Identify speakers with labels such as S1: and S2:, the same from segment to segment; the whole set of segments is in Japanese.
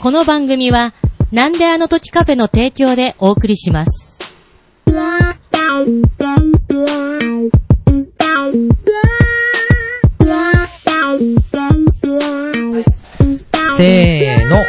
S1: この番組は、なんであの時カフェの提供でお送りします。
S2: せーの。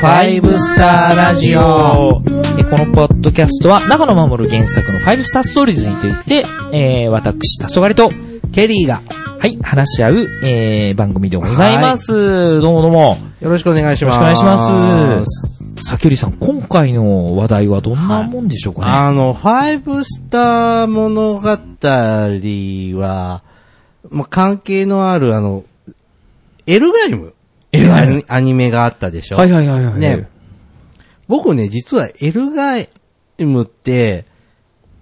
S3: ファイブスターラジオ
S2: えこのポッドキャストは、長野守る原作のファイブスターストーリーズについて、えー、私、たそがれと、
S3: ケリーが、
S2: はい、話し合う、えー、番組でございます。どうもどうも。
S3: よろしくお願いし
S2: よろ
S3: ま
S2: し
S3: す。
S2: くお願いします。さきゅりさん、今回の話題はどんなもんでしょうかね。
S3: あの、ファイブスター物語は、まあ、関係のある、あの、エルガイム。
S2: エルガイム
S3: アニアニメがあったでしょ
S2: はいはいはいはい。
S3: ね。僕ね、実はエルガイムって、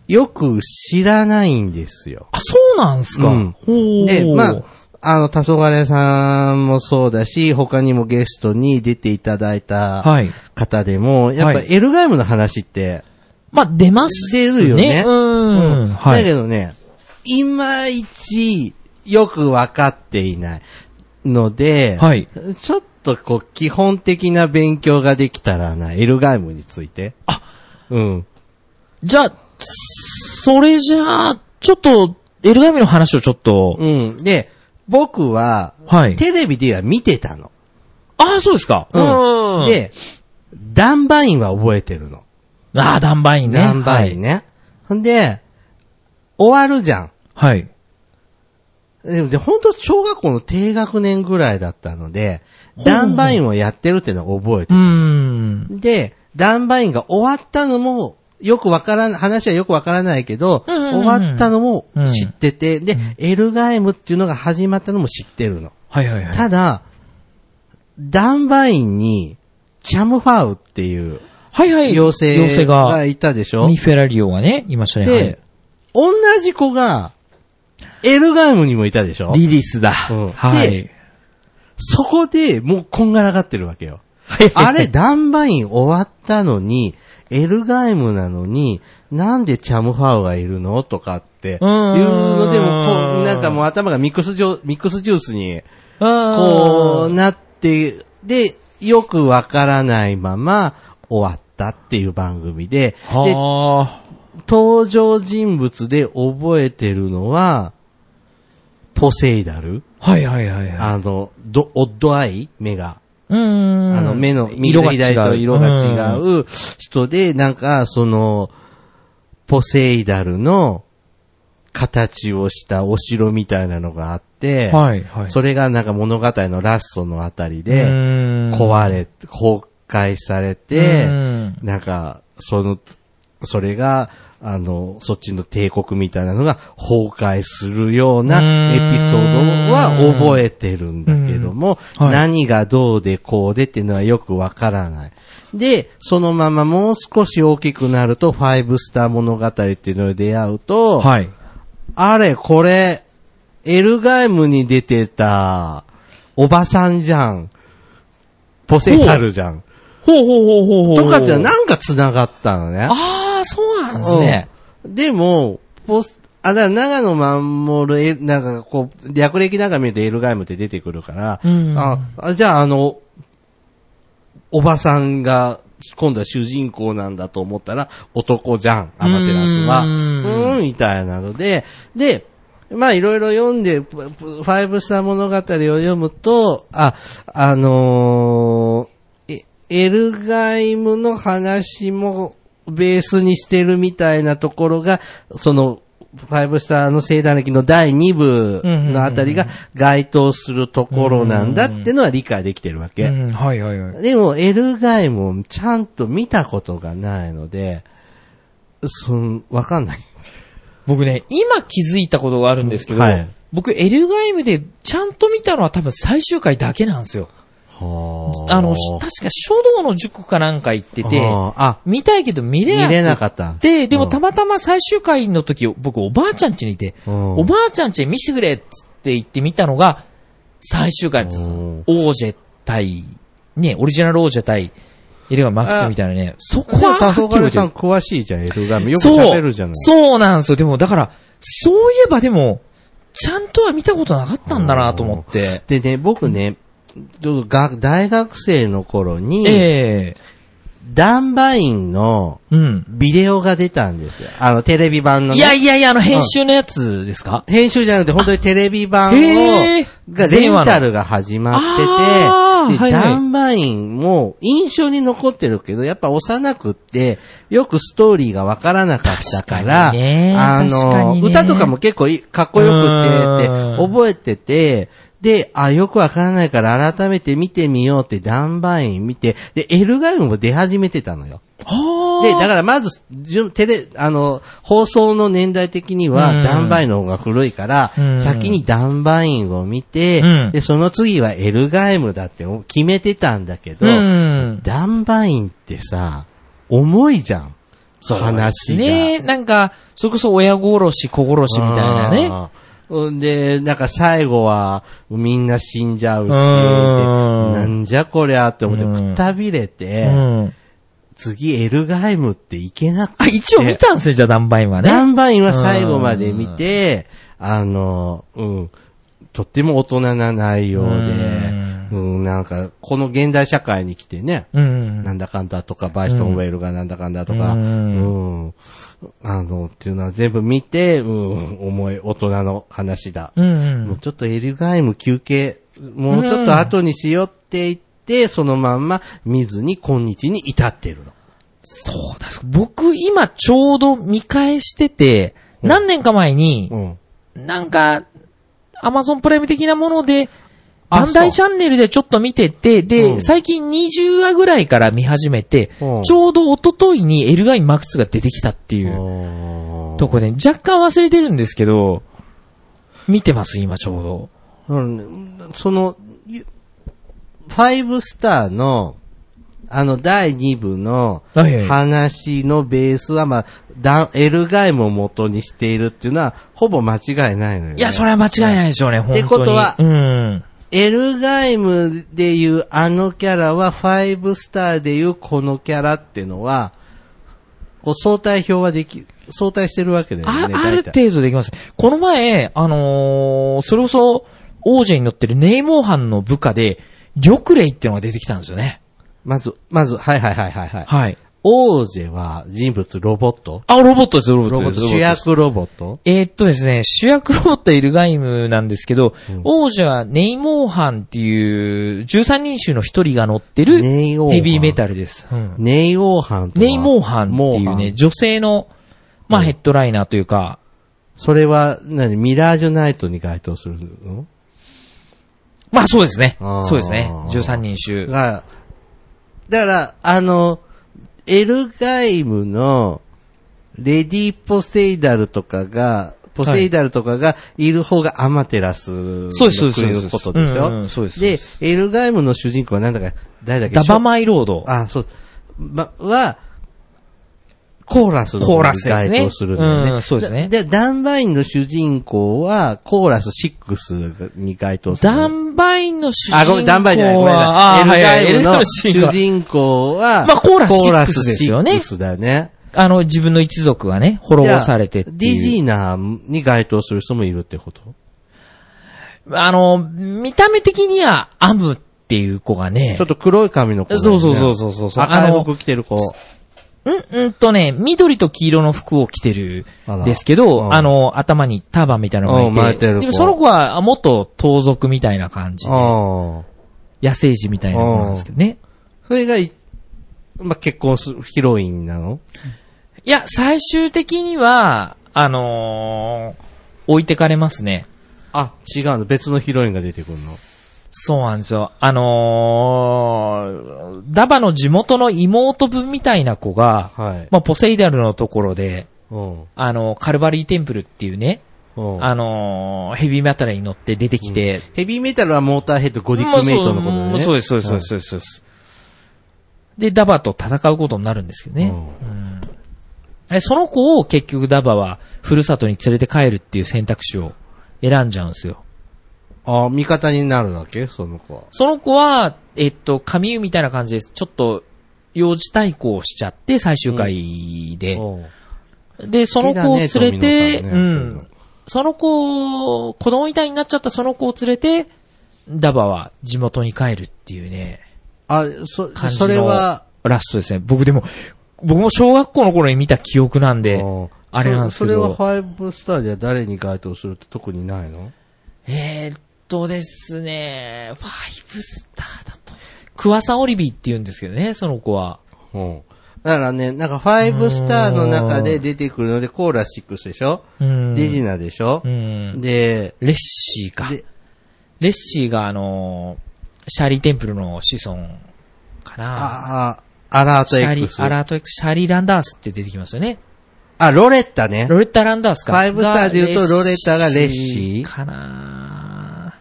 S3: よく知らないんですよ。
S2: あ、そうなんすか。
S3: うん
S2: ほー
S3: で、まあ、あの、黄昏さんもそうだし、他にもゲストに出ていただいた
S2: はい。
S3: 方でも、やっぱ
S2: はい
S3: エルガイムの話って、
S2: まあ、出ますね。
S3: 出るよね
S2: うーん。は
S3: だけ
S2: い。
S3: どね、いまいちよくわかっていないので、
S2: はい
S3: ちょっとこう、基本的な勉強ができたらな、エルガイムについて。
S2: あ
S3: うん。
S2: じゃあ、それじゃあ、ちょっと、エルガミの話をちょっと、
S3: うん。で、僕は、
S2: はい。
S3: テレビでは見てたの。
S2: ああ、そうですか。
S3: うん。、で、ダンバインは覚えてるの。
S2: ああ、ダンバインね。
S3: ダンバインね。ほんで、終わるじゃん。
S2: はい。はい。
S3: でも、で本当小学校の低学年ぐらいだったので、
S2: ほう
S3: ダンバインをやってるっていうのを覚えて
S2: うーん。
S3: で、ダンバインが終わったのも、よくわからない、話はよくわからないけど、
S2: うんうんうん
S3: 終わったのも知ってて、で、エルガイムっていうのが始まったのも知ってるの。
S2: はいはいはい。
S3: ただ、ダンバインに、チャムファウっていう
S2: はいはい。
S3: 妖精
S2: 妖精
S3: が
S2: が、
S3: いたでしょ
S2: ミフェラリオがね、いましたね。
S3: で、同じ子が、エルガイムにもいたでしょ
S2: はい、リリスだ。
S3: うん
S2: はい
S3: で。そこでもうこんがらがってるわけよ。
S2: はい
S3: あれ、ダンバイン終わったのに、エルガイムなのに、なんでチャムファウがいるのとかって、いう
S2: うーん
S3: のでも、こう、なんかもう頭がミックスジュミックスジュースに、こ
S2: こ
S3: う、なって、で、よくわからないまま、終わったっていう番組で、で、
S2: はあ。
S3: 登場人物で覚えてるのは、ポセイダル
S2: はいはいはいはい。
S3: あの、ド、オッドアイ目が。
S2: うーん。
S3: あの、目の、緑台と色が違う人で、なんか、その、ポセイダルの形をしたお城みたいなのがあって、
S2: はいはい。
S3: それがなんか物語のラストのあたりで、
S2: 壊
S3: 壊れ、崩壊され
S2: う
S3: て、
S2: ん
S3: なんか、その、それが、あの、そっちの帝国みたいなのが崩壊するようなエピソードは覚えてるんだけども、
S2: うんはい
S3: 何がどうでこうでっていうのはよくわからない。で、そのままもう少し大きくなると、ファイブスター物語っていうのに出会うと、
S2: はい。
S3: あれ、これ、エルガイムに出てた、おばさんじゃん。ポセタルじゃん。
S2: ほうほうほうほうほう。
S3: とかってなんか繋がったのね。
S2: ああ、そうなんですね。
S3: うん。でも、ポス、あ、だから長野守る、えなんかこう、略歴なんか見るとエルガイムって出てくるから、
S2: うん
S3: ああじゃああの、おばさんが、今度は主人公なんだと思ったら、男じゃん、アマテラスは。
S2: う
S3: う
S2: ーん
S3: ーん、みたいなので、で、まあいろいろ読んで、ぷぷファイブスター物語を読むと、あ、あのーえエルガイムの話もベースにしてるみたいなところが、その、ファイブスターの聖断歴の第2部のあたりが該当するところなんだってのは理解できてるわけ。
S2: うんはいはいはい。
S3: でも、エルガイもちゃんと見たことがないので、その、わかんない。
S2: 僕ね、今気づいたことがあるんですけど、
S3: はい
S2: 僕、エルガイムでちゃんと見たのは多分最終回だけなんですよ。あの、し確か書道の塾かなんか行ってて、
S3: あーあ、
S2: 見たいけど見れなくて
S3: 見れなかった。
S2: で、でもた
S3: ま、
S2: またま最終回の時、僕おばあちゃん家にいて、
S3: うん
S2: おばあちゃん家に見せてくれっつって言ってみたのが、最終回です
S3: うん。
S2: オージェ対、ね、オリジナルオージェ対、エレガンマクチみたいなね、そこ
S3: ここ
S2: は
S3: は、
S2: は
S3: た
S2: っきり覚えて
S3: そがれさ
S2: る
S3: ん詳しいじゃん、エルガイム。よく
S2: そ
S3: 喋るじゃな
S2: う
S3: い、。
S2: そうなんですよ。でもだから、そういえばでも、ちゃんとは見たことなかったんだなと思って。
S3: でね、僕ね、ちょっとが大学生の頃に、
S2: ええ
S3: ダンバインの
S2: うん。
S3: ビデオが出たんですよ。あの、テレビ版の
S2: い
S3: ね。
S2: やいやいや、あの、編集のやつですか、
S3: 編集じゃなくて、本当にテレビ版を
S2: へー、
S3: が、レンタルが始ま
S2: あ
S3: っ
S2: ーは
S3: てて、で、
S2: いはい
S3: ダンバインも印象に残ってるけど、やっぱ幼くって、よくストーリーがわからなかったから、
S2: 確かにね
S3: あ
S2: 確か
S3: の、
S2: にね
S3: 歌とかも結構いいかっこよくて
S2: うーん
S3: って、覚えてて、で、あ、よくわからないから改めて見てみようってダンバイン見て、で、エルガイムも出始めてたのよ。
S2: は
S3: で、だからまず、じゅテレ、あの、放送の年代的に
S2: うん
S3: は、ダンバインの方が古いから
S2: う、ん
S3: 先にダンバインを見
S2: うん
S3: て、で、その次はエルガイムだって決めてたんだけど、
S2: うん。
S3: ダンバインってさ、重いじゃん。
S2: そう
S3: 話が。
S2: ですね。なんか、それこそ親殺し、子殺しみたいなね。
S3: うん。んで、なんか最後は、みんな死んじゃう
S2: うん
S3: し、でなんじゃこりゃって思って、
S2: うん
S3: くたびれて、
S2: うん。
S3: 次エルガイムっていけなくて。
S2: あ、一応見たんですね、じゃあ、ダンバインはね。
S3: ナンバインは最後まで見て、あの、うん、とっても大人な内容で、うん、なんか、この現代社会に来てね、
S2: うん。
S3: なんだかんだとか、バイストンウェルがなんだかんだとか、
S2: う
S3: うんん、あの、っていうのは全部見て、うん、重い大人の話だ。
S2: うんう。
S3: もうんちょっとエルガイム休憩、もうちょっと後にしようって言って、そのまんま見ずに今日に至ってるの。
S2: そうなんです。僕、今、ちょうど見返してて、何年か前に、
S3: うん。
S2: なんか、アマゾンプライム的なもので、
S3: あ
S2: バンダイチャンネルでちょっと見てて、で、
S3: うん
S2: 最近20話ぐらいから見始めて、
S3: うん
S2: ちょうど一昨日にエルガインマックスが出てきたっていう
S3: うん
S2: とこで、若干忘れてるんですけど、見てます、今ちょうど。
S3: うんその、ゆファイブスターの、あの、第2部の
S2: はいはい
S3: 話のベースは、まあ、ダエルガイムを元にしているっていうのは、ほぼ間違いないのよ、ね。
S2: いや、それは間違いないでしょうね、本当に。
S3: ってことは
S2: うん。
S3: エルガイムでいうあのキャラは、ファイブスターでいうこのキャラってのは、こう相対表はでき、相対してるわけだよ
S2: あ
S3: ね。
S2: ある
S3: 大体。
S2: 程度できます。この前、あのーそれこそ、王者に乗ってるネイモーハンの部下で、玉霊っていうのが出てきたんですよね。
S3: まず、まず、はいはいはいはいはい。
S2: はい。
S3: 王者は人物ロボット
S2: あ、ロボットです、ロボッ
S3: ロ
S2: ト
S3: ボ
S2: で
S3: ッ
S2: す。
S3: ト主役ロボット
S2: えーっとですね、主役ロボットイルガイムなんですけど、王者はネイモーハンっていう13人衆の一人が乗ってる
S3: ネ
S2: ヘ
S3: イオーハン
S2: ビーメタルです。うん
S3: ネイオーハンとは
S2: ネイモーハンっていう
S3: モーハ
S2: ね、
S3: ン
S2: 女性の、まあヘッドライナーというか、
S3: それは何、ミラージュナイトに該当するの
S2: まあそうですね。
S3: あー
S2: そうですね。13人衆。
S3: が、だから、あの、エルガイムの、レディ・ポセイダルとかが、ポセイダルとかがいる方がアマテラスの
S2: そうです、そうです。
S3: 国のことでしょ、
S2: うんうんそうです。
S3: で、エルガイムの主人公はなんだか、誰だっけ
S2: ダバマイロード。
S3: あ、そう。ま、は、コーラスの
S2: コー
S3: 方
S2: ラ
S3: に
S2: スですね
S3: 該当するんだよね。
S2: うんそうですね
S3: で、ダンバインの主人公は、コーラス6に該当する。
S2: ダンバインの主人公は、
S3: あ、ごめん、ダンバインじゃない、ごめん
S2: あー
S3: な
S2: はいは
S3: さ
S2: い
S3: い。エ
S2: エルガイム
S3: ルガイムの
S2: の主
S3: 主
S2: 人公は
S3: 人公は、
S2: まあコーラス
S3: コー
S2: シックスですよね
S3: シックスだよね。
S2: あの、自分の一族がね、滅ぼされてっていう。
S3: ディジーナーに該当する人もいるってこと
S2: あの、見た目的にはアムっていう子がね
S3: ちょっ、と黒い髪の子だよね、
S2: そうそうそうそうそう
S3: 赤い服着てる子。
S2: うん、うんとね、緑と黄色の服を着てる
S3: あら
S2: ですけ
S3: う
S2: ど、
S3: ん
S2: あの、頭にターバンみたいなの
S3: うん
S2: がい
S3: 巻い
S2: て、
S3: てる子
S2: でもその子はあ元盗賊みたいな感じで、
S3: ああ。
S2: 野生児みたいな子なんですけどね。
S3: それがい、まあ、結婚するヒロインなの
S2: いや、最終的には、あのー置いてかれますね。
S3: あ、違うの。別のヒロインが出てくるの。
S2: そうなんですよ。あのーダバの地元の妹分みたいな子が、
S3: はい。
S2: まあ、ポセイダルのところで、
S3: うん。
S2: あの、カルバリーテンプルっていうね、
S3: うん。
S2: あのーヘビーメタルに乗って出てきて、
S3: ヘビーメタルはモーターヘッドゴディックメイトのことで
S2: まあ
S3: ね。
S2: そうそうです、そうです、そうです。そうですで、ダバと戦うことになるんですけどね。うんえその子を結局ダバは、ふるさとに連れて帰るっていう選択肢を選んじゃうんですよ。
S3: はい。あ、味方になるだけその子は。
S2: その子は、えっと、神湯みたいな感じで、ちょっと、幼児対抗をしちゃって、最終回で。
S3: うん
S2: で、その子を連れて、
S3: 好きだね
S2: う。
S3: 富野さんねそういうん
S2: その子を、子供みたいになっちゃったその子を連れて、ダバは地元に帰るっていうね、
S3: あ、そ、
S2: 感じの
S3: それは、
S2: ラストですね。僕でも、僕も小学校の頃に見た記憶なんで、
S3: うん
S2: あれなんですけ
S3: そそれは
S2: ど
S3: フ。ァイブスターでは誰に該当するって特にないの
S2: えーっとですね、ファイブスターだと。クワサオリビーって言うんですけどね、その子は。
S3: うん。だからね、なんかファイブスターの中で出てくるので、コーラシックスでしょ
S2: うん。
S3: デジナでしょ
S2: うん。
S3: で、
S2: レッシーか。
S3: で
S2: レッシーがあのー、シャーリーテンプルの子孫かな。
S3: あ、あアラート
S2: シャーリ
S3: X
S2: ー、ア。ラート X、シャーリー・ランダースって出てきますよね。
S3: あ、ロレッタね。
S2: ロレッタ・ランダースか。
S3: ファイブスターで言うと
S2: が
S3: ロレッタがレッシー
S2: かな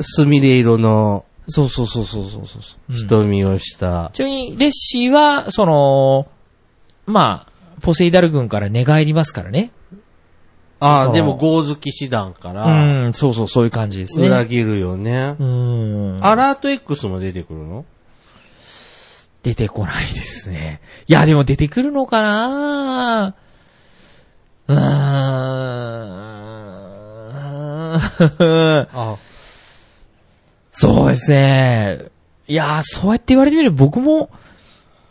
S3: すみれ色の
S2: そうそうそうそうそうそうそう。うん
S3: 瞳をした。
S2: ちなみに、レッシーは、その、まあ、ポセイダル軍から寝返りますからね。
S3: あ
S2: そ
S3: あ、
S2: う
S3: でも、ゴーズ騎士団か
S2: う
S3: ら、
S2: ん、そうそう、そういう感じですね。
S3: 裏切るよね
S2: う。ん。
S3: アラート X も出てくるの
S2: 出てこないですね。いや、でも出てくるのかなうーん。
S3: あ
S2: そうですね。いやー、そうやって言われてみれば僕も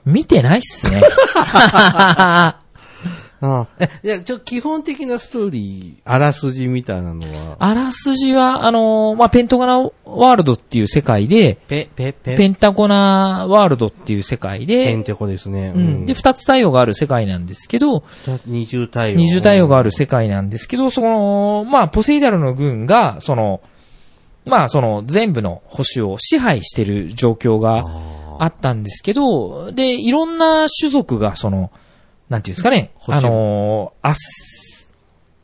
S2: 見てないっす ね。
S3: あ。え、いや、ちょ、基本的なストーリー、あらすじみたいなのは、
S2: あらすじは、あのーまあ、ペントゴナワールドっていう世界で、
S3: ペ、ペ、ペ、
S2: ペンタゴナワールドっていう世界
S3: ペン
S2: で、
S3: テコですね。
S2: うん、で、二つ太陽がある世界なんですけど、
S3: 二重太陽。
S2: 二重太陽がある世界なんですけど、その、まあ、ポセイダルの軍が、その、まあ、その、全部の星を支配してる状況が
S3: あー。
S2: あったんですけど、で、いろんな種族が、その、なんていうんですかね、
S3: 星を
S2: あのー、あっす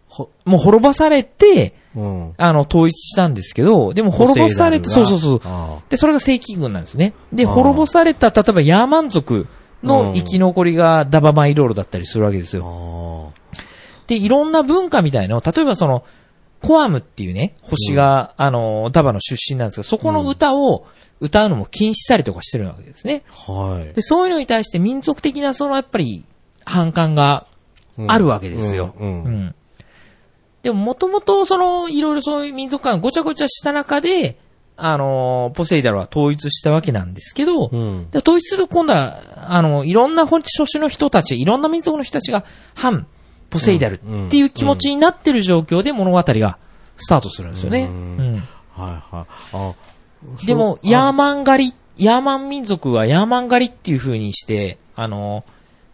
S3: ほ
S2: もう滅ぼされて、
S3: うん。
S2: あの、統一したんですけど、でも滅ぼされて、
S3: ポセ
S2: そう
S3: イダル
S2: そう
S3: が
S2: そう。
S3: あ
S2: で、それが正規軍なんですね。で、
S3: あー
S2: 滅ぼされた、例えばヤーマン族の生き残りがダバマイロールだったりするわけです
S3: ー
S2: よ。
S3: あ
S2: で、いろんな文化みたいのを、例えばその、コアムっていうね、星が、あの、ダバの出身なんですけど、そこの歌を歌うのも禁止したりとかしてるわけですね。
S3: ー。はい
S2: で、。そういうのに対して民族的な、その、やっぱり、反感が
S3: うん
S2: あるわけですよ。
S3: うん。
S2: う
S3: うん
S2: んでも、もともと、その、いろいろそういう民族間ごちゃごちゃした中で、あの、ポセイダルは統一したわけなんですけど、
S3: うん。
S2: で統一すると今度は、あの、いろんな本地諸種の人たち、いろんな民族の人たちが、反、ポセイダルっていう気持ちになってる状況で物語がスタートするんですよね。
S3: うん
S2: うん
S3: はいはい。あ、
S2: でも、ヤーマン狩り、ヤーマン民族はヤーマン狩りっていう風にして、あの、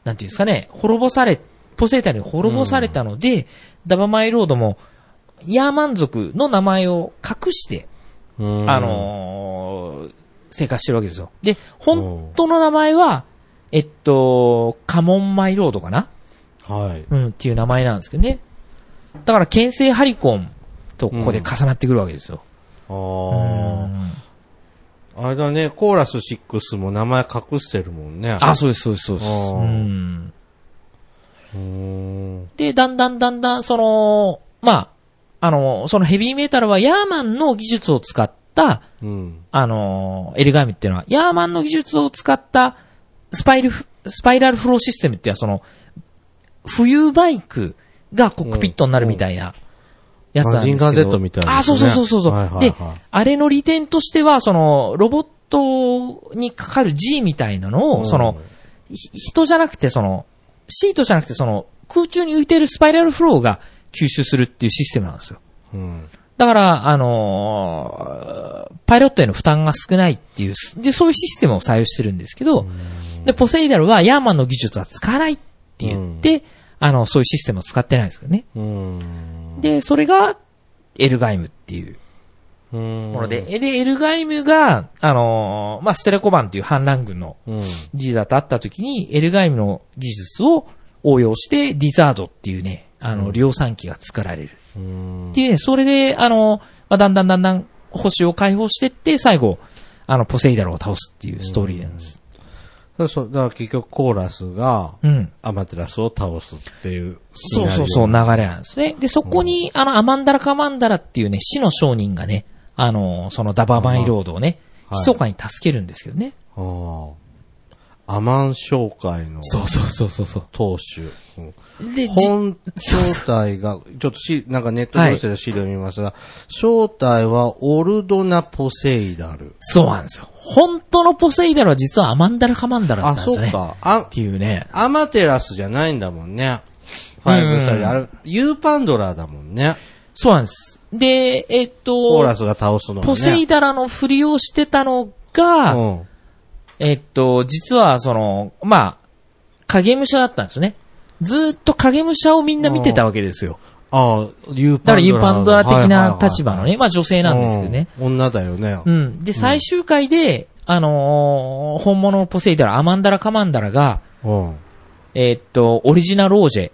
S2: なんていうんですかね、滅ぼされ、ポセイダルに滅ぼされたので、ダバマイロードも、ヤーマン族の名前を隠して、
S3: うん
S2: あ、のー生活してるわけですよ。で、本当の名前は、えっと、カモンマイロードかな
S3: はい。
S2: うん、っていう名前なんですけどね。だから、県政ハリコンとここで重なってくるわけですよ。
S3: あ
S2: うん
S3: あ。あれだね、コーラス6も名前隠してるもんね。
S2: あ、そうです、そうです、そうです。
S3: あー
S2: うん
S3: うーん。
S2: で、だんだんだんだん、その、まあ、あの、そのヘビーメタルはヤーマンの技術を使った、
S3: うん。
S2: あの、エリガミっていうのは、ヤーマンの技術を使ったスパイルフ、スパイラルフローシステムっていうのは、その、浮遊バイクがコックピットになるみたいなやつなんですけど。
S3: マジンガー Z みたいなや
S2: あ、
S3: つね
S2: そうそうそうそうそう、
S3: はいはいはい
S2: で、あれの利点としては、その、ロボットにかかる G みたいなのを、その、ひ人じゃなくて、その、シートじゃなくて、その、空中に浮いているスパイラルフローが吸収するっていうシステムなんですよ。
S3: うん。
S2: だから、あのーパイロットへの負担が少ないっていう、で、そういうシステムを採用してるんですけど、で、ポセイダルはヤーマンの技術は使わないって言って、あの、そういうシステムを使ってないんですよね。
S3: うん。
S2: で、それが、エルガイムっていう
S3: うん。
S2: もので、で、エルガイムが、あのーまあ、ステレコバンっていう反乱軍の
S3: うん。
S2: リーダーと会った時に、エルガイムの技術を応用して、ディザードっていうね、あの、量産機が作られる。
S3: うん。
S2: で、それで、あの、まあだんだんだんだん星を解放してって、最後、あの、ポセイダルを倒すっていうストーリーなんです。
S3: そうそう。だから結局コーラスが
S2: うん。
S3: アマテラスを倒すっていう。
S2: そうそうそう、流れなんですね。で、そこに、あの、アマンダラカマンダラっていうね、死の商人がね、あの、そのダバマイロードをね、
S3: うんはい
S2: 密かに助けるんですけどね。
S3: ああ。アマン商会の
S2: そうそうそうそうそう。
S3: 当主。うん
S2: で、じ
S3: 本正体が、ちょっとし、なんかネットニュースで資料見ますが、正体はオルドナ・ポセイダル。
S2: そうなんですよ。本当のポセイダルは実はアマンダルカマンダルだ
S3: あ、
S2: ったんです
S3: そ
S2: よ
S3: う
S2: ね。
S3: か。あ
S2: っ、ていうね。
S3: アマテラスじゃないんだもんね。ファイブサイド。あれ、ユーパンドラーだもんね。
S2: そうなんです。で、えっと、
S3: コーラスが倒すのがね。
S2: ポセイダラのふりをしてたのが、
S3: うん。
S2: えっと、実はその、まあ、影武者だったんですよね。ずーっと影武者をみんな見てたわけですよ。
S3: ああ、ユー
S2: だ
S3: パンドラー。
S2: からユーパンドラ的な立
S3: は
S2: 場の
S3: いはいはい
S2: ね、まあ女性なんですけどね。
S3: うん。女だよね。
S2: うん。で、最終回で、あのー本物のポセイダラ、アマンダラカマンダラが、
S3: うん。
S2: えーっと、オリジナルオージェ。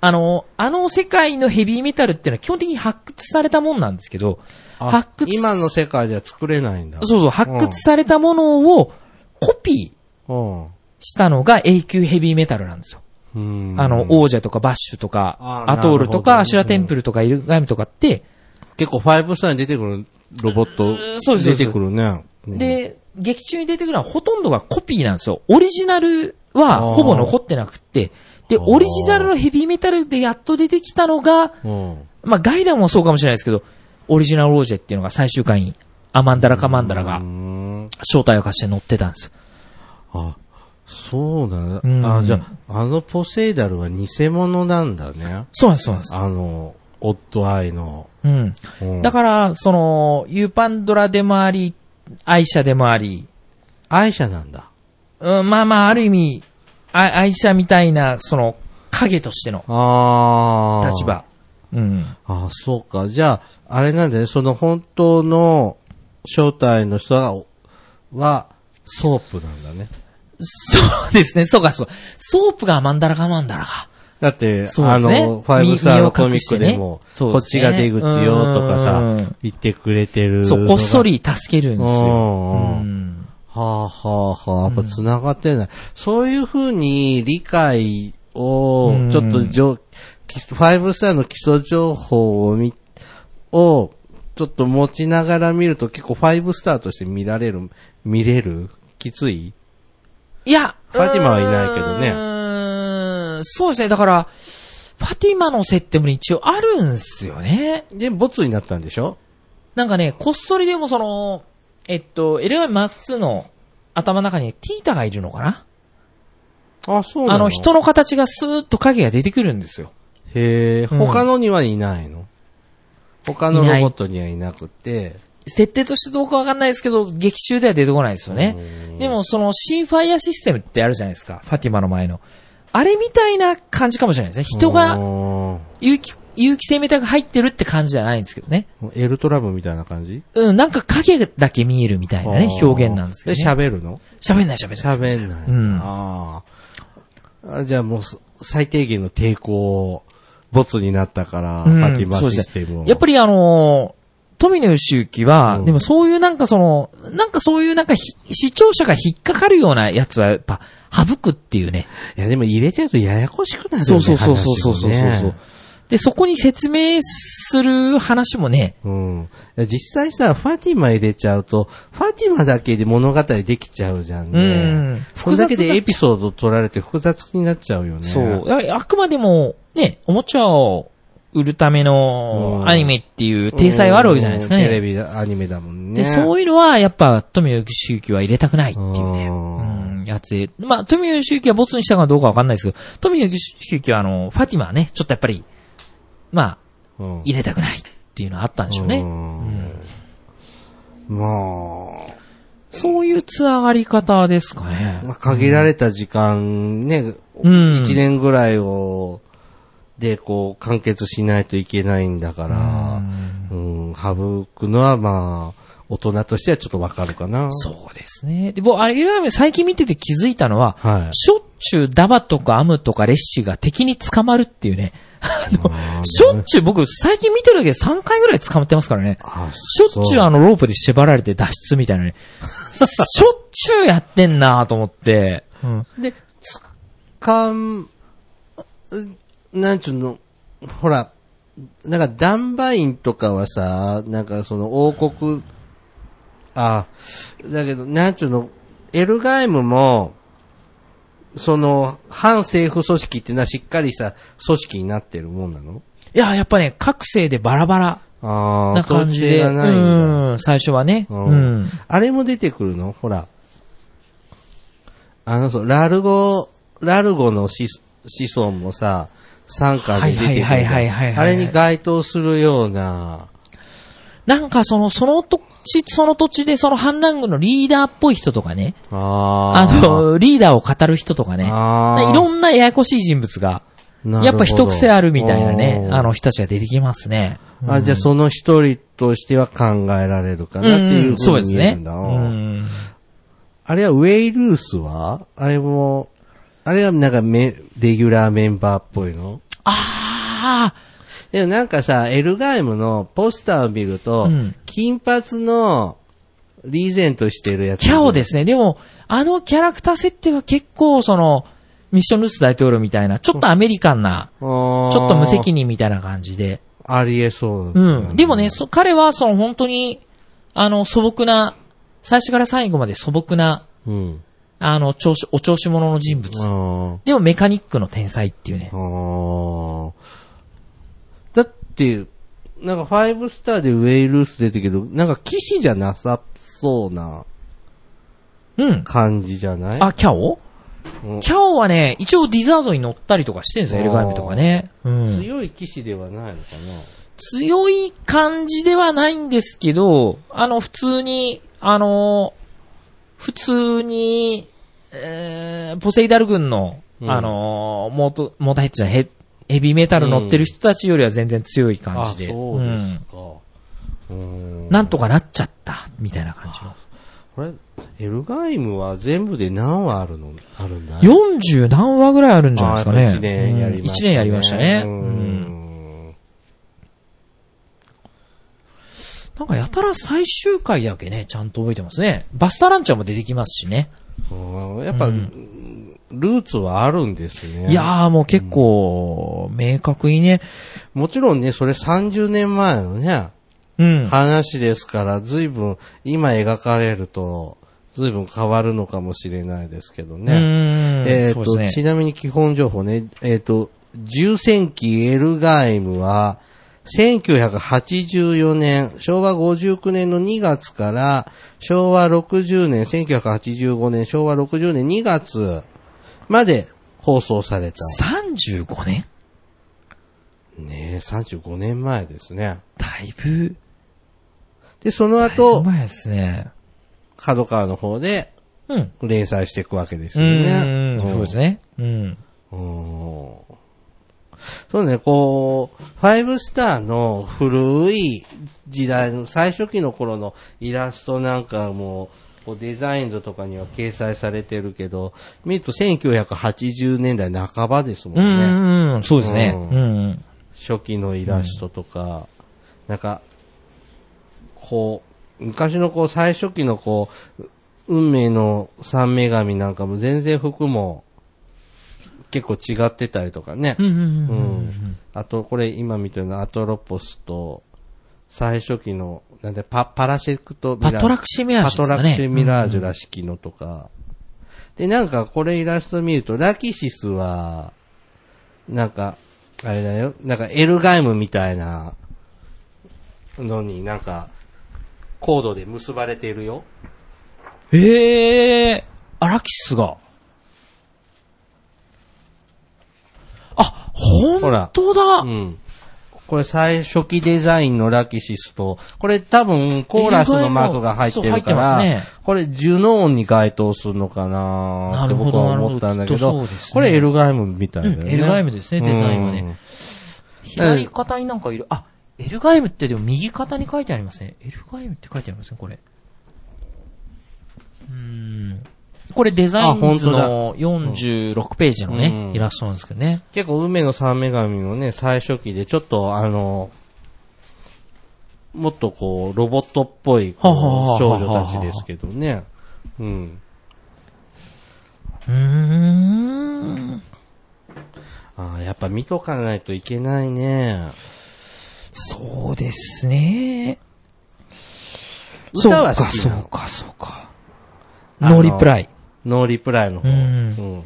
S2: あの、あの世界のヘビーメタルっていうのは基本的に発掘されたもんなんですけど、
S3: あ
S2: 発掘
S3: 今の世界では作れないんだ。
S2: そうそう、発掘されたものをコピー
S3: うん。
S2: したのが永久ヘビーメタルなんですよ。
S3: うん。
S2: あの、王者とかバッシュとか
S3: あ、ー
S2: アトールと
S3: なるほど
S2: か、アシュラテンプルとか、イルガイムとかって、
S3: 結構ファイブスターに出てくるロボット
S2: んそうですそうで
S3: 出
S2: す
S3: てくるね。うん、
S2: で、劇中に出てくるのはほとんどがコピーなんですよ。オリジナルは
S3: あー
S2: ほぼ残ってなくって、で、
S3: あー
S2: オリジナルのヘビーメタルでやっと出てきたのが、
S3: うん。
S2: まあ、ガイダンもそうかもしれないですけど、オリジナルオージェっていうのが最終回に、アマンダラカマンダラ
S3: う
S2: が
S3: ん
S2: 正体を貸して乗ってたんですよ。
S3: あ、そうだね。
S2: うん
S3: あ、じゃあ、あのポセイダルは偽物なんだね。
S2: そうなんです、そうなんです。
S3: あの、オッドアイの。
S2: うん。
S3: うん
S2: だから、その、ユーパンドラでもあり、愛車でもあり、
S3: 愛車なんだ。
S2: うん、まあまあ、ある意味、あ愛車みたいな、その、影としての
S3: ああ。
S2: 立。場。うん。
S3: あ、そうか。じゃあ、あれなんだね。その本当の正体の人は、は、ソープなんだね。
S2: そうですね、そうか、そうか。ソープがアマンダラかマンダラか。
S3: だって、
S2: そうで
S3: あ
S2: すね
S3: の、ファイブスターのコミックで
S2: 身を
S3: も
S2: 隠、してね
S3: こっちが出口よとか
S2: そうですねう
S3: さ
S2: ん、
S3: 言ってくれてる。
S2: そう、こっそ。り助けるんですよ。
S3: うん
S2: うん
S3: はあはあはあ、やっぱ繋がってない。そういうふうに理解を
S2: うん、
S3: ちょっとじょ、きファイブスターの基礎情報を見、を、ちょっと持ちながら見ると結構ファイブスターとして見られる、見れるきつい
S2: いや、
S3: ファティマはいないけどね
S2: うーんそうですね、だから、ファティマの設定も一応あるんですよね。
S3: で、ボツになったんでしょ
S2: なんかね、こっそりでもその、えっと、エレガンマックスの頭の中にティータがいるのかな
S3: あ、そうなの
S2: あの、人の形がスーッと影が出てくるんですよ。
S3: へえ、
S2: うん
S3: 他のにはいないの、他の
S2: いない
S3: ロボットにはいなくて。
S2: 設定としてどうかわかんないですけど、劇中では出てこないですよね。でも、その、シンファイアシステムってあるじゃないですか。ファティマの前の。あれみたいな感じかもしれないですね。人
S3: う
S2: が
S3: ーん、
S2: 有機、有機生命体が入ってるって感じじゃないんですけどね。
S3: エルトラブみたいな感じ
S2: うん、なんか影だけ見えるみたいなね、表現なんですけど、ね。
S3: で、喋るの
S2: 喋んない喋んない。
S3: 喋んない。
S2: うん
S3: あーあ。じゃあもう、最低限の抵抗を、ボツになったから、
S2: うん
S3: ファティマ
S2: そうで
S3: シ
S2: すね
S3: ステムを。
S2: やっぱりあのー富野義行は、
S3: うん
S2: でもそういうなんかその、なんかそういうなんかひ視聴者が引っかかるようなやつはやっぱ、省くっていうね。
S3: いやでも入れちゃうとややこしくなるよね。
S2: そうそうそうそうそうそうそう、
S3: 話もね
S2: で、そこに説明する話もね、
S3: うん。実際さ、ファティマ入れちゃうと、ファティマだけで物語できちゃうじゃんね。
S2: うん
S3: それだけでエピソード取られて複雑になっちゃうよね。
S2: そう。。やはりあくまでも、ね、おもちゃを売るための
S3: うん
S2: アニメっていう体裁はあるわけじゃないですか
S3: テレ
S2: ね。
S3: ビアニメだもんね。
S2: で、そういうのは、やっぱ、富野義行は入れたくないっていうね。
S3: うん
S2: うん、やつで。まあ、富野義行はボツにしたかどうかわかんないですけど、富野義行はあの、ファティマはね、ちょっとやっぱり、ま
S3: う
S2: あ
S3: ん、、
S2: 入れたくないっていうのはあったんでしょう
S3: う
S2: ね。
S3: ん。まあ、
S2: そういうつながり方ですかね。
S3: まあ、限られた時間ね、
S2: うん
S3: 1年ぐらいを、で、こう、完結しないといけないんだから、うん、省くのは、まあ、大人としてはちょっとわかるかな。
S2: そうですね。で、僕、あれ、いわゆる最近見てて気づいたのは、
S3: はい。
S2: しょっちゅうダバとかアムとかレッシが敵に捕まるっていうね。あの、しょっちゅう僕最近見てるだけで3回ぐらい捕まってますからね。
S3: あ
S2: しょっちゅうあのロープで縛られて脱出みたい なね。しょっちゅうやってんなと思って。うん。
S3: で、つかん、うなんちゅうの、ほら、なんかダンバインとかはさ、なんかその王国、あ、だけど、なんちゅうの、エルガイムも、その、反政府組織っていうのはしっかりした組織になってるもんなの
S2: いや、やっぱね、各性でバラバラ
S3: ああ、
S2: な感じで、
S3: 統制がないんだ。
S2: うん、最初はね。
S3: うん
S2: うん。
S3: あれも出てくるのほら。あの、そう、ラルゴ、ラルゴの思子孫もさ、参加で出てくるじゃん。
S2: はいはいはいはいはいはい
S3: あれに該当するような、
S2: なんかその、その土地、その土地でその反乱軍のリーダーっぽい人とかね、あ
S3: あー
S2: の、リーダーを語る人とかね、
S3: あー
S2: いろんなややこしい人物が、
S3: なるほど
S2: やっぱ一癖あるみたいなね、あ、
S3: おー
S2: の人たちが出てきますね。
S3: あ、じゃあその一人としては考えられるかなっていうふ
S2: そう
S3: う
S2: で
S3: に
S2: す
S3: 言
S2: ね
S3: える。ん
S2: う
S3: だ。
S2: ん。
S3: あれはウェイルースはあれも、あれはなんかめ、レギュラーメンバーっぽいの
S2: あ
S3: でもなんかさ、エルガイムのポスターを見ると、
S2: うん
S3: 金髪のリーゼントしてるや
S2: ー、
S3: つ。。
S2: キャオですすね。でも、あのキャラクター設定は結構その、ミッションルース大統領みたいな、ちょっとアメリカンな、
S3: ちょ
S2: ちょっと無責。任みたいな感じで。
S3: ありえそうだね、
S2: うん。でもね、そ彼はその本当に、あの、素朴な、最初から最後まで素朴な、
S3: うん。
S2: あの、調子、お調子者の人物。
S3: あー
S2: でもメカニックの天才っていうね
S3: あ。ーだって、なんかファイブスターでウェイルース出てるけど、なんか騎士じゃなさそうな
S2: うん。
S3: 感じじゃない、
S2: あ、キャオ
S3: うん
S2: キャオはね、一応ディザードに乗ったりとかしてるんですよ、エルガイムとかね。うん。
S3: 強い騎士ではないのか
S2: 強い感じではないんですけど、あの、普通に、あの、普通に、えー、ポセイダル軍の、
S3: うん
S2: あの、モート、モーターヘッジのヘヘビーメタル乗ってる人たちよりは全然強い
S3: な
S2: 感じで、
S3: そう
S2: う
S3: です
S2: ん。
S3: か。うん
S2: なんとかなっちゃった、みたいな感じの。
S3: これ、エルガイムは全部で何話あるのあるんだ
S2: 40何話ぐらいあるんじゃないですかね。
S3: あーやっぱ一年やりました
S2: 1
S3: ね。
S2: 年やりましたね。
S3: う
S2: うん
S3: ん。
S2: なんかやたら最終回だけね、ちゃんと覚えてますね。バスターランチャーも出てきますしね。
S3: やっぱ、
S2: う
S3: ルーツはあるんですね。
S2: いやーもう結構、明確にね。
S3: もちろんね、それ30年前のね、
S2: うん。
S3: 話ですから、随分、今描かれると、随分変わるのかもしれないですけど
S2: うー
S3: ね。
S2: ん。
S3: えっ
S2: そ
S3: と、
S2: うです
S3: ち
S2: ね。
S3: なみに基本情報ね、えっと、重戦記エルガイムは、1984年、昭和59年の2月から、昭和60年、1985年、昭和60年2月まで放送された。
S2: 35年
S3: ねえ、35年前ですね。
S2: だいぶ、
S3: で、その
S2: う
S3: 後、
S2: まいですね。
S3: 角川の方で
S2: うん。
S3: 連載していくわけです
S2: う
S3: よ
S2: ん
S3: ね。。
S2: そうですね。うん。
S3: うん。そうね、こう、ファイブスターの古い時代の最初期の頃のイラストなんかも、こうデザイン図とかには掲載されてるけど、見ると1980年代半ばですも
S2: うん
S3: ね。
S2: んうん。そうですね。
S3: うん
S2: うん。
S3: 初期のイラストとか、なんか、こう、昔のこう、最初期のこう、運命の三女神なんかも全然服も結構違ってたりとかね
S2: う。んうん
S3: う
S2: うんうん。
S3: ん。あと、これ今見てるのはアトロポスと、最初期の、なんでパ、パラシェクトミラ
S2: パ
S3: ー
S2: トラクシェミラージュ
S3: パ
S2: で
S3: ト
S2: すか
S3: ラ
S2: ね。
S3: クシェミラージュらしきのとか。で、なんかこれイラスト見ると、ラキシスは、なんか、あれだよ、なんかエルガイムみたいなのになんか、コードで結ばれているよ。
S2: ええー、アラキスが。あ、
S3: ほ
S2: 本
S3: ら
S2: 当だ、
S3: うん。これ最初期デザインのラキシスと、これ多分コーラスのマークが入ってるか
S2: そう入
S3: ら、
S2: ってますね
S3: これジュノーンに該当するのかなって僕は思ったんだけ
S2: なる
S3: ど、
S2: ほどなるほどきっとそうですね
S3: これエルガイムみたいだよね。
S2: うんエルガイムですねデザインはね
S3: うん
S2: 左肩になんかいる。あ、エルガイムってでも右肩に書いてありますね。エルガイムって書いてありますね、これ。うーん。これデザインズ
S3: あ
S2: の46ページのね、
S3: うん
S2: イラストなんですけどね。
S3: 結構、梅の三女神のね、最初期で、ちょっとあの、もっとこう、ロボットっぽい、こう
S2: はははは
S3: 少女たちですけどね。うん。
S2: うーん。
S3: ああ、やっぱ見とかないといけないね。
S2: そうですね。
S3: 歌は好き
S2: そ
S3: なの
S2: うか、そうか、そうか。ノーリプライ。
S3: ノーリプライの方。
S2: う
S3: うんん。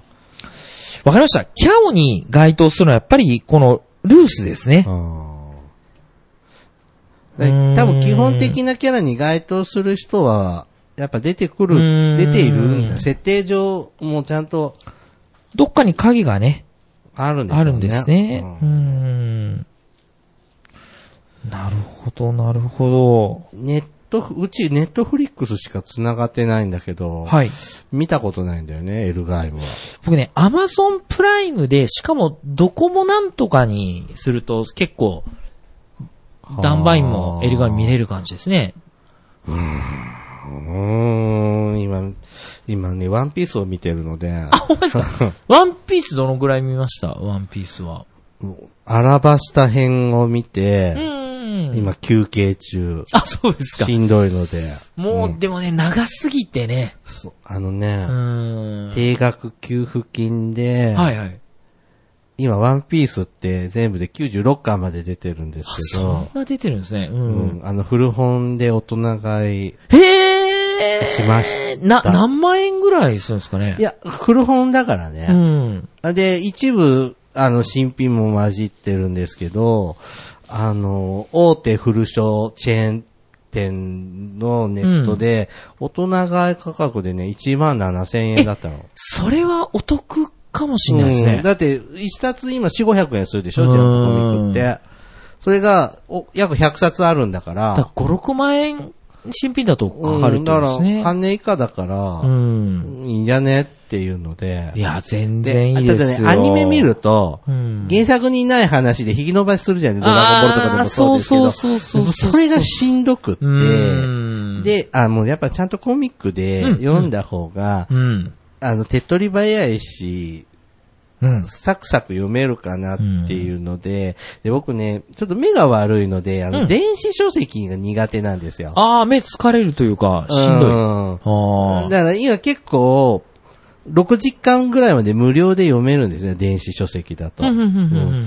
S2: わかりました。キャオに該当するのはやっぱりこのルースですね。
S3: で多分基本的なキャラに該当する人は、やっぱ出てく
S2: うーん
S3: る、出ているんだ。設定上もちゃんと
S2: どっかに影がね、
S3: あるんですね。
S2: あるんですね。う
S3: うん
S2: ーん。なるほど、なるほ
S3: ネットフ、うちネットフリックスしか繋がってないんだけど、
S2: ど。はい。
S3: 見たことないんだよね、エルガイムは。
S2: 僕ね、アマゾンプライムで、しかもドコモなんとかにすると結構、ダンバインもエルガン見れる感じですね。
S3: うーん、今、今ね、ワンピースを見てるので、
S2: ほんまですかワンピースどのぐらい見ましたワンピースは。
S3: アラバスタ編を見
S2: う
S3: て、
S2: ーん。。
S3: 今休憩中。
S2: あ、そうですか
S3: し。んどいので、
S2: もう、でもね、長すぎてね。
S3: そうあの
S2: う
S3: ね、
S2: ーん。
S3: 定額給付金で、
S2: はいはい。
S3: 今ワンピースって全部で96巻まで出てるんで
S2: あ
S3: すけ
S2: そん
S3: ど、
S2: な出てるんですね。う。
S3: うんん、あの古本で大人買い、
S2: へえ。
S3: しました
S2: な、何万円ぐらいするんですかね。
S3: いや、古本だから
S2: う
S3: ね。
S2: ん。
S3: で、一部、あの、新品も混じってるんですけど、あの、大手古書チェーン店のネットで、大人買い価格でね、1万7000円だったの。
S2: それはお得かもしれないです
S3: う
S2: ね
S3: ん。だって、一冊今4、500円するでしょ
S2: うん
S3: ジャンプコミックって。それが、お、約100冊あるんだから。
S2: だから5、6万円新品だとかかる
S3: うん
S2: ってこと
S3: だから、
S2: ですね。
S3: 半値以下だから、
S2: うん。
S3: いいんじゃねっていうので。
S2: いや、全
S3: で
S2: 然いいですよ。
S3: ただね、アニメ見ると、
S2: うん
S3: 原作にない話で引き伸ばしするじゃんね。ドラゴンボールとかでもそうですけ
S2: あー
S3: ど。
S2: そうそうそうそう
S3: それがしんどくって
S2: う。ん。、
S3: で、あ、もうやっぱちゃんとコミックで
S2: うん
S3: 読んだ方が、
S2: うん。
S3: あの、手っ取り早いし、
S2: うん。
S3: サクサク読めるかなっていうので、で、僕ね、ちょっと目が悪いので、あ
S2: うん
S3: の、電子書籍が苦手なんですよ。
S2: ああ、目疲れるというか、しんどい。あ
S3: ど
S2: あ
S3: だ。から今結構、6時間ぐらいまで無料で読めるんですね、電子書籍だと。
S2: うんうんうんう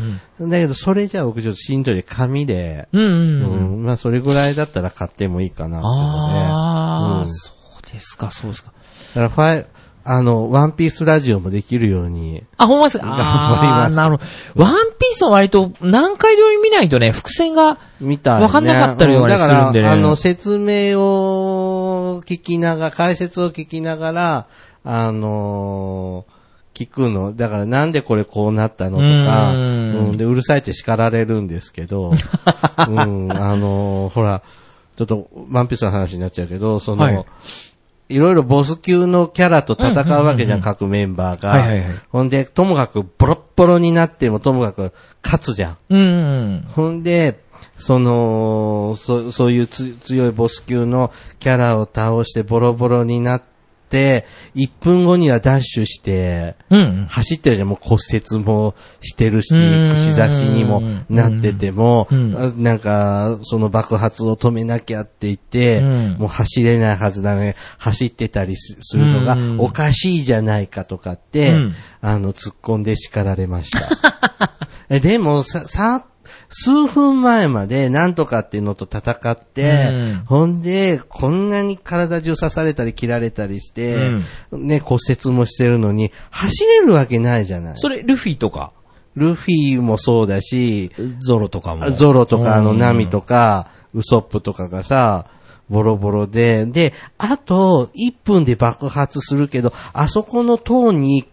S2: ん
S3: うんだけど、それじゃあ僕ちょっとしんどいで紙で、
S2: うんうん
S3: う
S2: うんうん。
S3: ん、まあそれぐらいだったら買ってもいいかなって
S2: ああ、
S3: うん
S2: そうですか、そうですか。
S3: ことで。だからファイ、あの、ワンピースラジオもできるように、
S2: あ、ほんまですか
S3: 頑張り
S2: あ
S3: ま
S2: ー
S3: す
S2: なるほど。ワンピースは割と何回でも見ないとね、伏線が、
S3: みたいね
S2: わかんなかったりはね
S3: うだか
S2: するんでね
S3: ら、あの、説明を聞きながら、解説を聞きながら、あのー聞くの。だから、なんでこれこうなったのとか、
S2: うー
S3: う
S2: ん
S3: んで、うるさいって叱られるんです けど、うん、あのーほら、ちょっと、ワンピースの話になっちゃうけど、その、
S2: はい
S3: いろいろボス級のキャラと戦うわけじゃん、各メンバーが。
S2: はいはいはい
S3: ほんで、ともかく、ボロッボロになっても、ともかく、勝つじゃん。
S2: うんうん。
S3: ほんで、その、そそういうつ強いボス級のキャラを倒してボロボロになって、1分後にはダッシュして、
S2: うん。
S3: 走ってるじゃん、もう骨折もしてるし
S2: うーん、
S3: 串刺しにもなってても、
S2: うん
S3: あなんか、その爆発を止めなきゃって言って、
S2: うん
S3: もう走れないはずなのに、走ってたりすするのが
S2: うん
S3: おかしいじゃないかとかって、
S2: うん
S3: あの、突っ込んで叱られました。 えでも、さ、さ、数分前までなんとかっていうのと戦って、
S2: うん
S3: ほんで、こんなに体中刺されたり切られたりして、ね、骨折もしてるのに、走れるわけないじゃない。
S2: それ、ルフィとか、
S3: ルフィもそうだし、
S2: ゾロとかも。
S3: ゾロとか、あ
S2: う
S3: の、
S2: ん
S3: ナミとか、ウソップとかがさ、ボロボロで、で、あと、1分で爆発するけど、あそこの塔に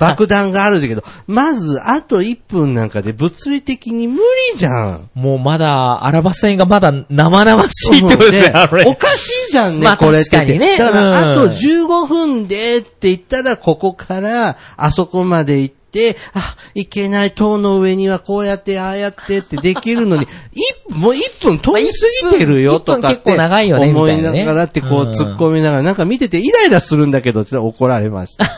S3: 爆弾があるんだけど、 まず、あと1分なんかで物理的に無理じゃん。
S2: もうまだ、アラバス戦がまだ生々しいってことですね、あ
S3: お
S2: れ。
S3: かしいじゃんね、
S2: まあ
S3: これって。
S2: 確かにね
S3: だから、あ
S2: うん
S3: と15分でって言ったら、ここから、あそこまで行って、あ、いけない、塔の上にはこうやって、ああやってってできるのに、 いもう1分通り過ぎてるよ
S2: まあ
S3: とかっ
S2: 一分結構
S3: て、
S2: 長いよね
S3: 思
S2: み
S3: い
S2: たいな
S3: な
S2: ね
S3: がらってこう
S2: うん
S3: 突っ込みながら、なんか見ててイライラするんだけど、ちょっと怒られ ました。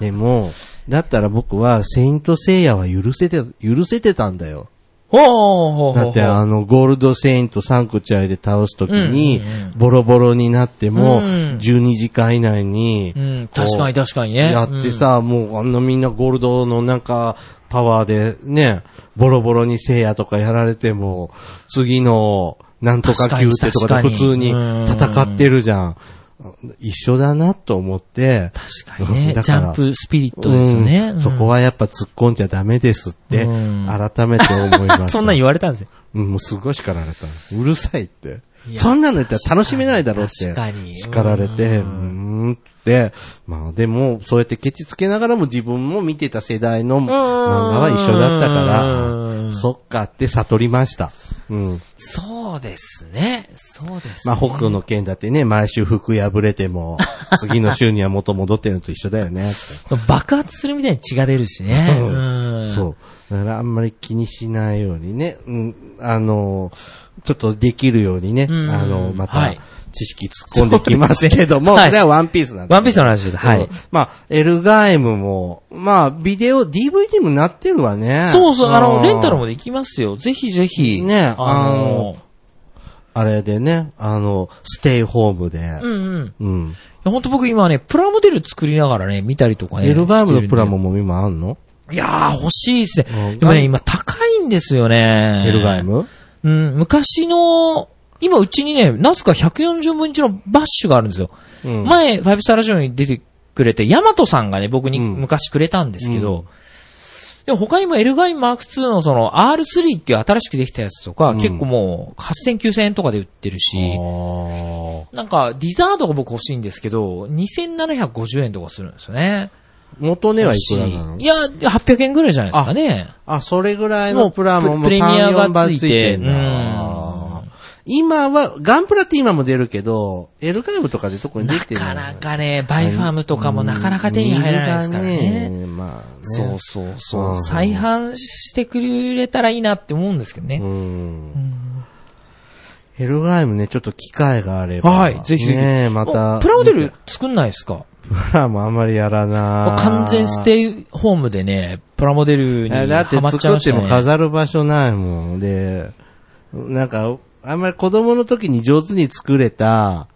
S3: でも、だったら僕は、セイントセイヤは許せて、許せてたんだよ。
S2: ほうほうほうほう
S3: だってあの、ゴールドセイントサンクチュアリで倒すときに
S2: うんうんうん、
S3: ボロボロになっても、
S2: うん
S3: 12時間以内に
S2: う、ん、確かに確かにね。
S3: やってさ、もうあんなみんなゴールドのなんか、パワーでね、ボロボロにセイヤとかやられても、次の、なんとか級ってと
S2: 確か
S3: か
S2: に
S3: で普通に
S2: 確かに
S3: 戦ってるじゃん。一緒だなと思って、
S2: 確かにね。
S3: だ
S2: ジ
S3: から
S2: ャンプスピリットですね。
S3: うんそこはやっぱ突っ込んじゃダメですって、
S2: うん
S3: 改めて思いまし
S2: う
S3: た。
S2: ん そんなん言われたんですよ。
S3: うん、もうすごい叱られた。うるさいって
S2: い。や
S3: そんなの言ったら楽しめないだろうって。
S2: 確かに
S3: 叱られて、う
S2: う
S3: ーんって。まあでも、そうやってケチつけながらも自分も見てた世代の漫画は一緒だったか
S2: うん
S3: ら、そっかって悟りました。うん。
S2: そうですね。そうですね。
S3: まあ北斗の剣だってね、毎週服破れても、次の週には元戻ってるのと一緒だよねって。
S2: 爆発するみたいに血が出るしね。うん。
S3: そう。だからあんまり気にしないようにね、うん、あの、ちょっとできるようにね、
S2: うん
S3: あの、ま
S2: は
S3: た
S2: い、
S3: 知識突っ込んできますけども、
S2: そうですねはい
S3: それはワンピースなんで。
S2: ワンピースの話です。は
S3: う
S2: い
S3: ん。まあ、エルガイムも、まあ、ビデオ、DVD もなってるわね。
S2: そうそう、あの、
S3: ん
S2: レンタルもできますよ。ぜひぜひ。
S3: ね
S2: あの、
S3: あれでね、あの、ステイホームで。
S2: うんうん。い
S3: うん。
S2: や、ほんと僕今ね、プラモデル作りながらね、見たりとかね。
S3: エルガイムのプラモ
S2: も。
S3: も今あんの
S2: いやー、欲しいです
S3: う
S2: ね。
S3: ん
S2: でもね、今高いんですよね。
S3: エルガイム
S2: うん、昔の、今うちにね、ナスカ140分の1のバッシュがあるんですよ。
S3: うん
S2: 前、ファイブスターラジオに出てくれて、ヤマトさんがね、僕に
S3: うん
S2: 昔くれたんですけど、でも他にもエルガインマーク2のその R3 っていう新しくできたやつとか、
S3: うん
S2: 結構もう8000、9000円とかで売ってる
S3: あ
S2: し、
S3: ー
S2: なんかディザードが僕欲しいんですけど、2750円とかするんですよね。
S3: 元値はいくらなの
S2: いや、800円ぐらいじゃないですかね。
S3: あ、それぐらいのプラモも
S2: プレミアが
S3: 3、4番
S2: つい
S3: つ
S2: て
S3: いてんだ
S2: うん
S3: あー今は、ガンプラって今も出るけど、エルガイムとかで特にで
S2: な
S3: きて
S2: か
S3: な
S2: な
S3: い。
S2: かね、バイファームとかもなかなか手に入らないですから
S3: うん
S2: ね。
S3: 見るがまあね。
S2: そうそうそうう。
S3: ん
S2: 再販してくれたらいいなって思うんですけどね。
S3: うん。エルガイムね、ちょっと機会があれば。
S2: はいぜひぜひ
S3: ねまた。
S2: おプラモデ ル作んないですか
S3: プラもあんまりやらない。
S2: 完全ステイホームでね、プラモデルに
S3: えだって
S2: ハマっちゃい
S3: 作
S2: ま
S3: っ
S2: してた
S3: も
S2: ね。
S3: 飾る場所ないもんで、なんか、あんまり子供の時に上手に作れた、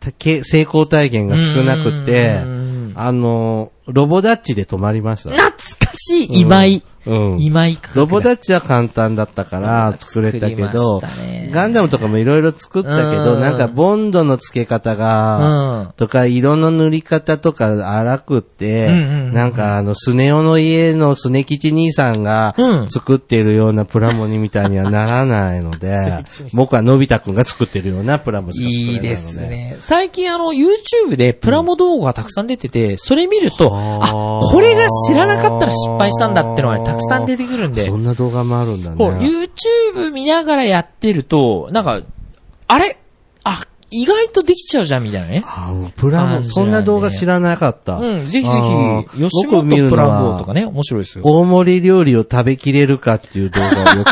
S3: たけ成功体験が少なくて
S2: うんうんうんうん、
S3: あの、ロボダッチで止まりました。
S2: 懐かしい今井。
S3: うん。
S2: 今井価格だ
S3: ロボダッチは簡単だったから作れた
S2: 作
S3: け
S2: りま
S3: ど
S2: したね、
S3: ガンダムとかもいろいろ作ったけ
S2: う
S3: ど、
S2: ん
S3: なんかボンドの付け方が、
S2: うん。
S3: とか、色の塗り方とか荒くって、
S2: うんうんうん
S3: なんかあの、スネ夫の家のスネ吉兄さんが
S2: うん
S3: 作っているようなプラモにみたいにはならない ので、僕はのび太くんが作ってるようなプラモしか作れないい
S2: い
S3: ので。
S2: です。ね。最近あの、YouTube でプラモ動画がたくさん出てて、それ見ると、あ
S3: は、あ
S2: これが知らなかったら失敗したんだってのがねたくさん出てくるんで
S3: そ。んな動画もあるんだ
S2: こう
S3: ね。
S2: YouTube 見ながらやってると、なんか、あれあ、意外とできちゃうじゃんみたいなね。
S3: あプラ
S2: 感
S3: モ、
S2: じなんで
S3: そんな動画知らなかった。
S2: うん、ぜひぜ
S3: あー
S2: ひ、吉
S3: 僕見
S2: 本
S3: る
S2: プ
S3: の
S2: ラ
S3: は
S2: モとかね、面白いですよ。
S3: 大盛り料理を食べきれるかっていう動画をよ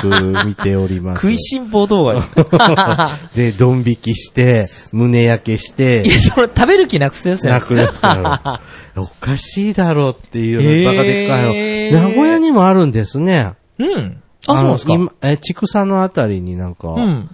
S3: く見ております。
S2: 食 いしん坊動画です。
S3: で、ドン引きして、胸焼けして
S2: い、や、それ食べる気なくせですよね
S3: な。くなくなる。おかしいだろうっていうようなバカでっか
S2: へ
S3: い
S2: ー
S3: の。名古屋にもあるんですね。
S2: うん。あ、そうなんですか
S3: あの今え、畜産のあたりになんか、
S2: うん。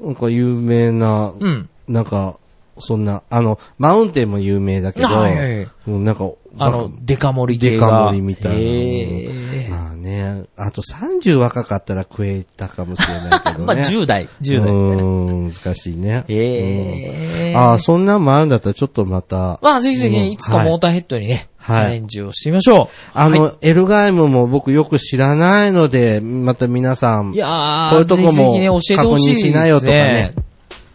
S3: なんか有名な、
S2: うん。
S3: なんか、そんな、あの、マウンテンも有名だけど、
S2: はいはいはい
S3: うんなんか、
S2: あ
S3: バ
S2: の
S3: カ、
S2: デカ盛り系
S3: デ
S2: が。
S3: カ盛りみた
S2: へ
S3: いな。
S2: ー
S3: まあね、あと30若かったら食えたかもしれないけどね。
S2: まあ、10代、10代。
S3: うーん、難しいね。
S2: ええ
S3: うんああ、そんなんもあるんだったらちょっとまた。
S2: まあ、ぜひぜひ
S3: う
S2: ね、
S3: ん
S2: いつかモーターヘッドにね、チ
S3: はい
S2: ャレンジをしてみましょう。
S3: あの、エルガイムも僕よく知らないので、また皆さん、
S2: いやー
S3: こういうとこ
S2: ぜ
S3: も
S2: ひぜひね、教えてほしいです、ね。
S3: 確認しなよとかね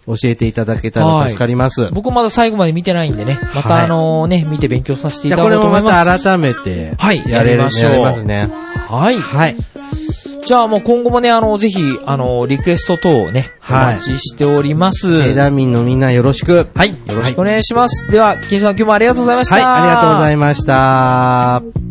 S3: 教えていただけたら助かります。
S2: 僕まだ最後まで見てないんでね。ま
S3: は
S2: た
S3: い
S2: あのね、見て勉強させてい
S3: じゃ
S2: た
S3: あ
S2: だ
S3: こ
S2: こう
S3: れ
S2: と思
S3: も
S2: い
S3: ま
S2: ます。
S3: た改めて、
S2: はい
S3: やれ
S2: やり
S3: る
S2: ましょう
S3: やれますね。
S2: はい。
S3: はい。
S2: じゃあもう今後もね、あの、ぜひ、あの、リクエスト等をね、
S3: は
S2: お
S3: い
S2: 待ちしております。
S3: セー
S2: よ
S3: ラー民のみんなよろしく。はい。
S2: ろしくお願いします。では、ケイさん今日もありがとうございました。
S3: はい、ありがとうございました。